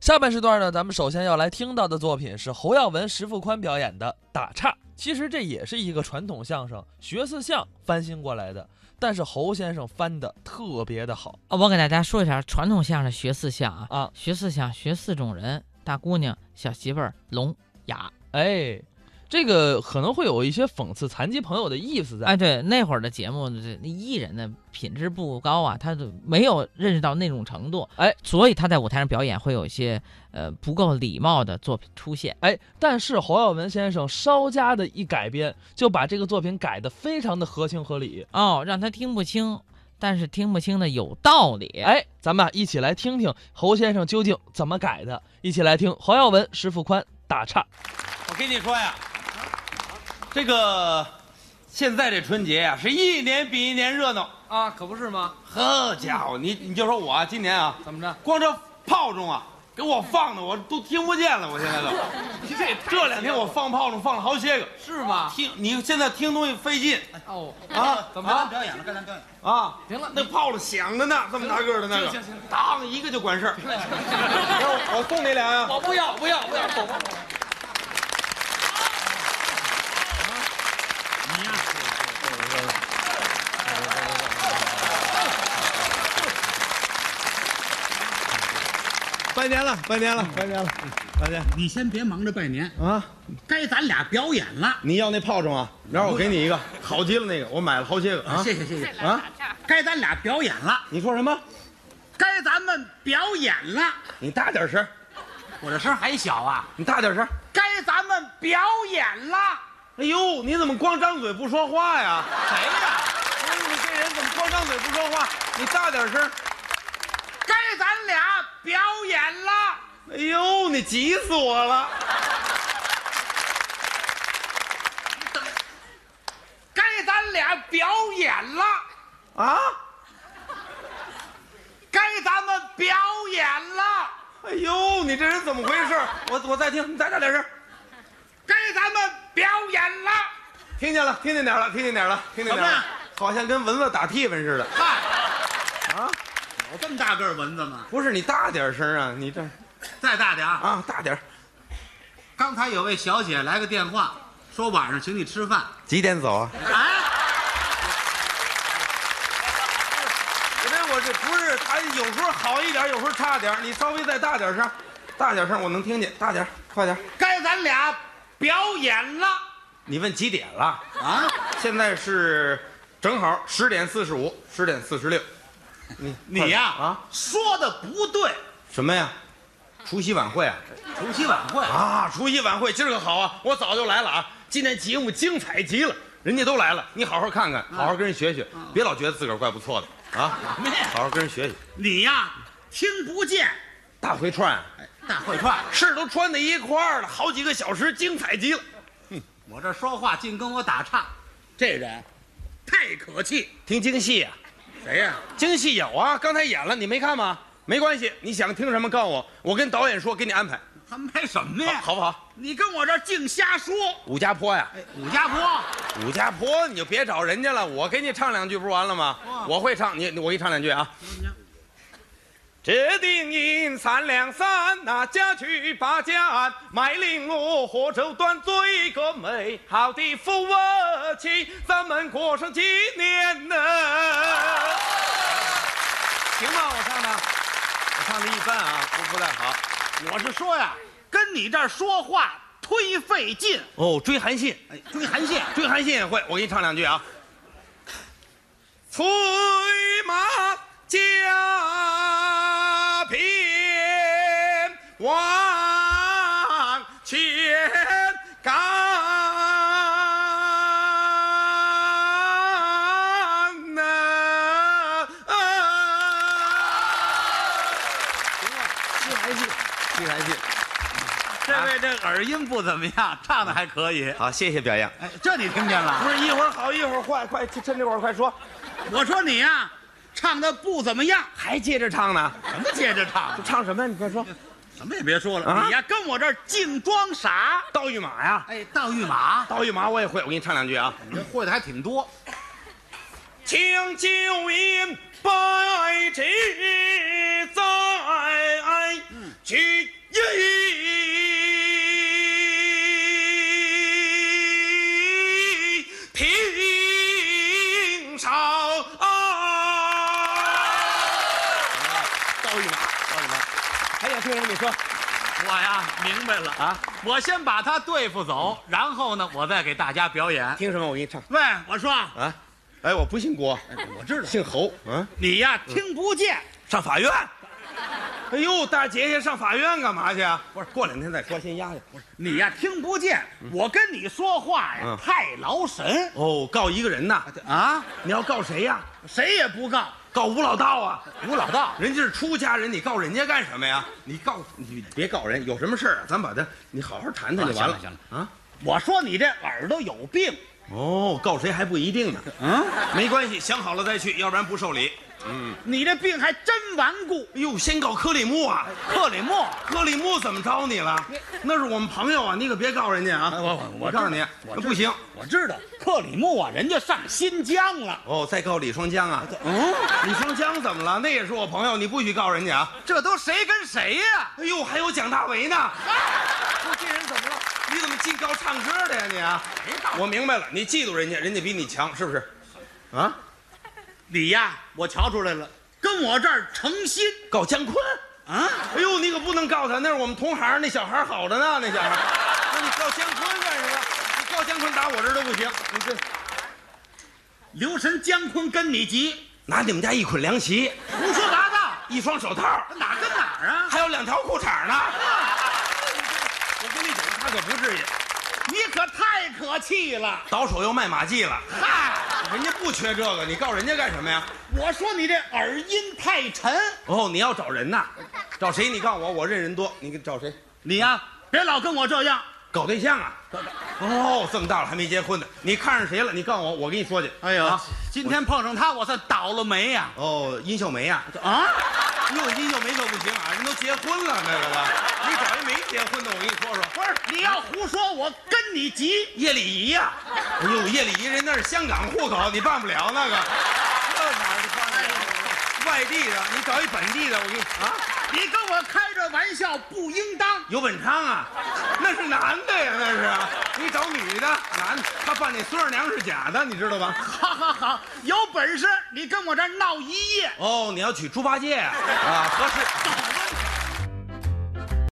下半时段呢，咱们首先要来听到的作品是侯耀文、石富宽表演的《打岔》。其实这也是一个传统相声，学四相翻新过来的，但是侯先生翻的特别的好。啊，我给大家说一下传统相声学四项啊，啊学四项学四种人：大姑娘、小媳妇儿、聋哑。哎，这个可能会有一些讽刺残疾朋友的意思在。啊哎，对，那会儿的节目，这艺人的品质不高啊，他就没有认识到那种程度，哎，所以他在舞台上表演会有一些呃不够礼貌的作品出现。哎，但是侯耀文先生稍加的一改编，就把这个作品改得非常的合情合理。哦，让他听不清，但是听不清的有道理。哎，咱们啊一起来听听侯先生究竟怎么改的，一起来听侯耀文、石富宽打岔。我跟你说呀，这个现在这春节呀、是一年比一年热闹。啊，可不是吗？好家伙，你你就说我啊今年啊，怎么着？光这炮仗啊，给我放的我都听不见了，我现 在都。这这两天我放炮仗放了好些个，是吗？听你现在听东西费劲哦，啊怎么了？表演了，刚才表演。啊！行了那炮仗响着呢，这么大个儿的那个行行行，当一个就 管事儿。我我送你俩啊呀，我哦不要，不要，不要，走吧。拜年了，拜年了，拜年了，拜年你先别忙着拜年，啊！该咱俩表演了。你要那炮仗啊？然后我给你一个，好极了那个，我买了好些个啊。谢谢谢谢，啊，该咱俩表演了，你说什么？该咱们表演了。你大点声，我这声还小啊，你大点声。该咱们表演了。哎呦，你怎么光张嘴不说话呀？谁呀？哎呦你这人怎么光张嘴不说话？你大点声。该咱俩表演了。哎呦，你急死我了！该咱俩表演了，啊，该咱们表演了，哎呦，你这人怎么回事？我我再听，你再大点声。该咱们表演了。听见了，听见点了，听见点了，听见点什了么，好像跟蚊子打嚏蚊似的。嗨，啊，有这么大个儿蚊子吗？不是你大点声啊，你这再大点儿啊大点儿。刚才有位小姐来个电话，说晚上请你吃饭。几点走啊？哎，我这我这不是，他有时候好一点，有时候差点。你稍微再大点声，大点声，我能听见。大点，快点。该咱俩表演了你问几点了？啊！现在是正好十点四十五，十点四十六。你你呀啊说的不对，什么呀？除夕晚会啊？除夕晚会啊，除夕晚会今儿可好啊！我早就来了啊！今天节目精彩极了，人家都来了，你好好看看，好好跟人学学，别老觉得自个儿怪不错的啊！什么呀好好跟人学学。你呀听不见，大回串啊，大坏串，是都穿在一块儿了，好几个小时，精彩极了。我这说话净跟我打岔，这人太可气。听京戏呀、谁呀？京戏有啊，刚才演了，你没看吗？没关系，你想听什么告诉我，我跟导演说，给你安排，安排什么好好不好？你跟我这儿净瞎说。武家坡呀，哎武家坡，武家坡，你就别找人家了，我给你唱两句不完了吗？我会唱，你我给你唱两句啊。这定银三两三呐、家去八家安，卖绫罗河州端，做一个美好的父母亲，咱们过上几年呢？行吗？我唱的，我唱的一般啊，不不太好。我是说呀，跟你这儿说话忒费劲。哦，追韩信。哎，追韩信，追韩信也会，我给你唱两句啊。催马加鞭往前赶，追韩信，这位这耳音不怎么样，唱的还可以。好，啊谢谢表扬。哎，这你听见了？不是一会儿好一会儿坏，快趁这会儿快说，我说你呀、唱的不怎么样，还接着唱呢。什么接着唱？唱什么呀？你快说。什么也别说了，啊你呀跟我这儿净装傻。刀御马呀，哎，盗御马，刀御马我也会，我给你唱两句啊。嗯你这会的还挺多。请救援百之灾，去一平少刀一马，刀一马。哎还想听什么？你说。我呀，明白了啊！我先把他对付走，然后呢，我再给大家表演。听什么？我给你唱喂，我说啊！哎，我不姓郭，我知道姓侯。嗯、你呀听不见，上法院。哎呦，大姐姐上法院干嘛去啊？不是，过两天再说，先压下。你呀听不见，我跟你说话呀嗯太劳神哦，告一个人呐？啊，你要告谁呀、谁也不告告吴老道啊？吴老道。人家是出家人，你告人家干什么呀？你告你别告人，有什么事儿啊？咱把他，你好好谈谈就完了。啊行了啊，我说你这耳朵有病，哦，告谁还不一定呢。嗯，没关系，想好了再去，要不然不受理。你这病还真顽固。哎呦，先告克里木啊！克里木，克里木怎么着你了？那是我们朋友啊，你可别告人家啊！哎我我我告诉你知道，我那知道不行。我知道克里木啊，人家上新疆了。哦，再告李双江啊！嗯，李双江怎么了？那也是我朋友，你不许告人家啊！这都谁跟谁呀、哎呦，还有蒋大为呢！说这人怎么了？你怎么进告唱歌的呀你啊？我明白了，你嫉妒人家，人家比你强，是不是？啊，你呀，我瞧出来了，跟我这儿成心告姜昆？啊。哎呦，你可不能告他，那是我们同行，那小孩好着呢，那小孩。那你告姜昆干什么？你告姜昆打我这儿都不行，你这留神姜昆跟你急，拿你们家一捆凉席，胡说八道，一双手套，哪跟哪儿啊？还有两条裤衩呢。我跟你讲，他可不至于，你可太可气了！倒手又卖马季了，嗨，人家不缺这个，你告人家干什么呀？我说你这耳音太沉，哦，你要找人呐？找谁？你告诉我，我认人多。你给找谁？你呀、别老跟我这样。搞对象啊？哦，这么大了还没结婚呢？你看上谁了？你告诉我，我跟你说去。哎呀啊，今天碰上他，我算倒了霉呀、哦，殷秀梅啊，啊！哟，殷秀梅可不行啊，人都结婚了那个了。你找一没结婚的，我跟你说说。不是，你要胡说，我跟你急。叶礼仪呀、哎呦，叶礼仪人那是香港户口，你办不了那个。这哪儿办得了？外地的，你找一本地的，我给你啊。你跟我开这玩笑不应当。尤本昌啊，那是男的呀，那是。你找女的，男的，他扮那孙二娘是假的，你知道吧？好好好，有本事你跟我这儿闹一夜。哦，你要娶猪八戒啊？啊，合适。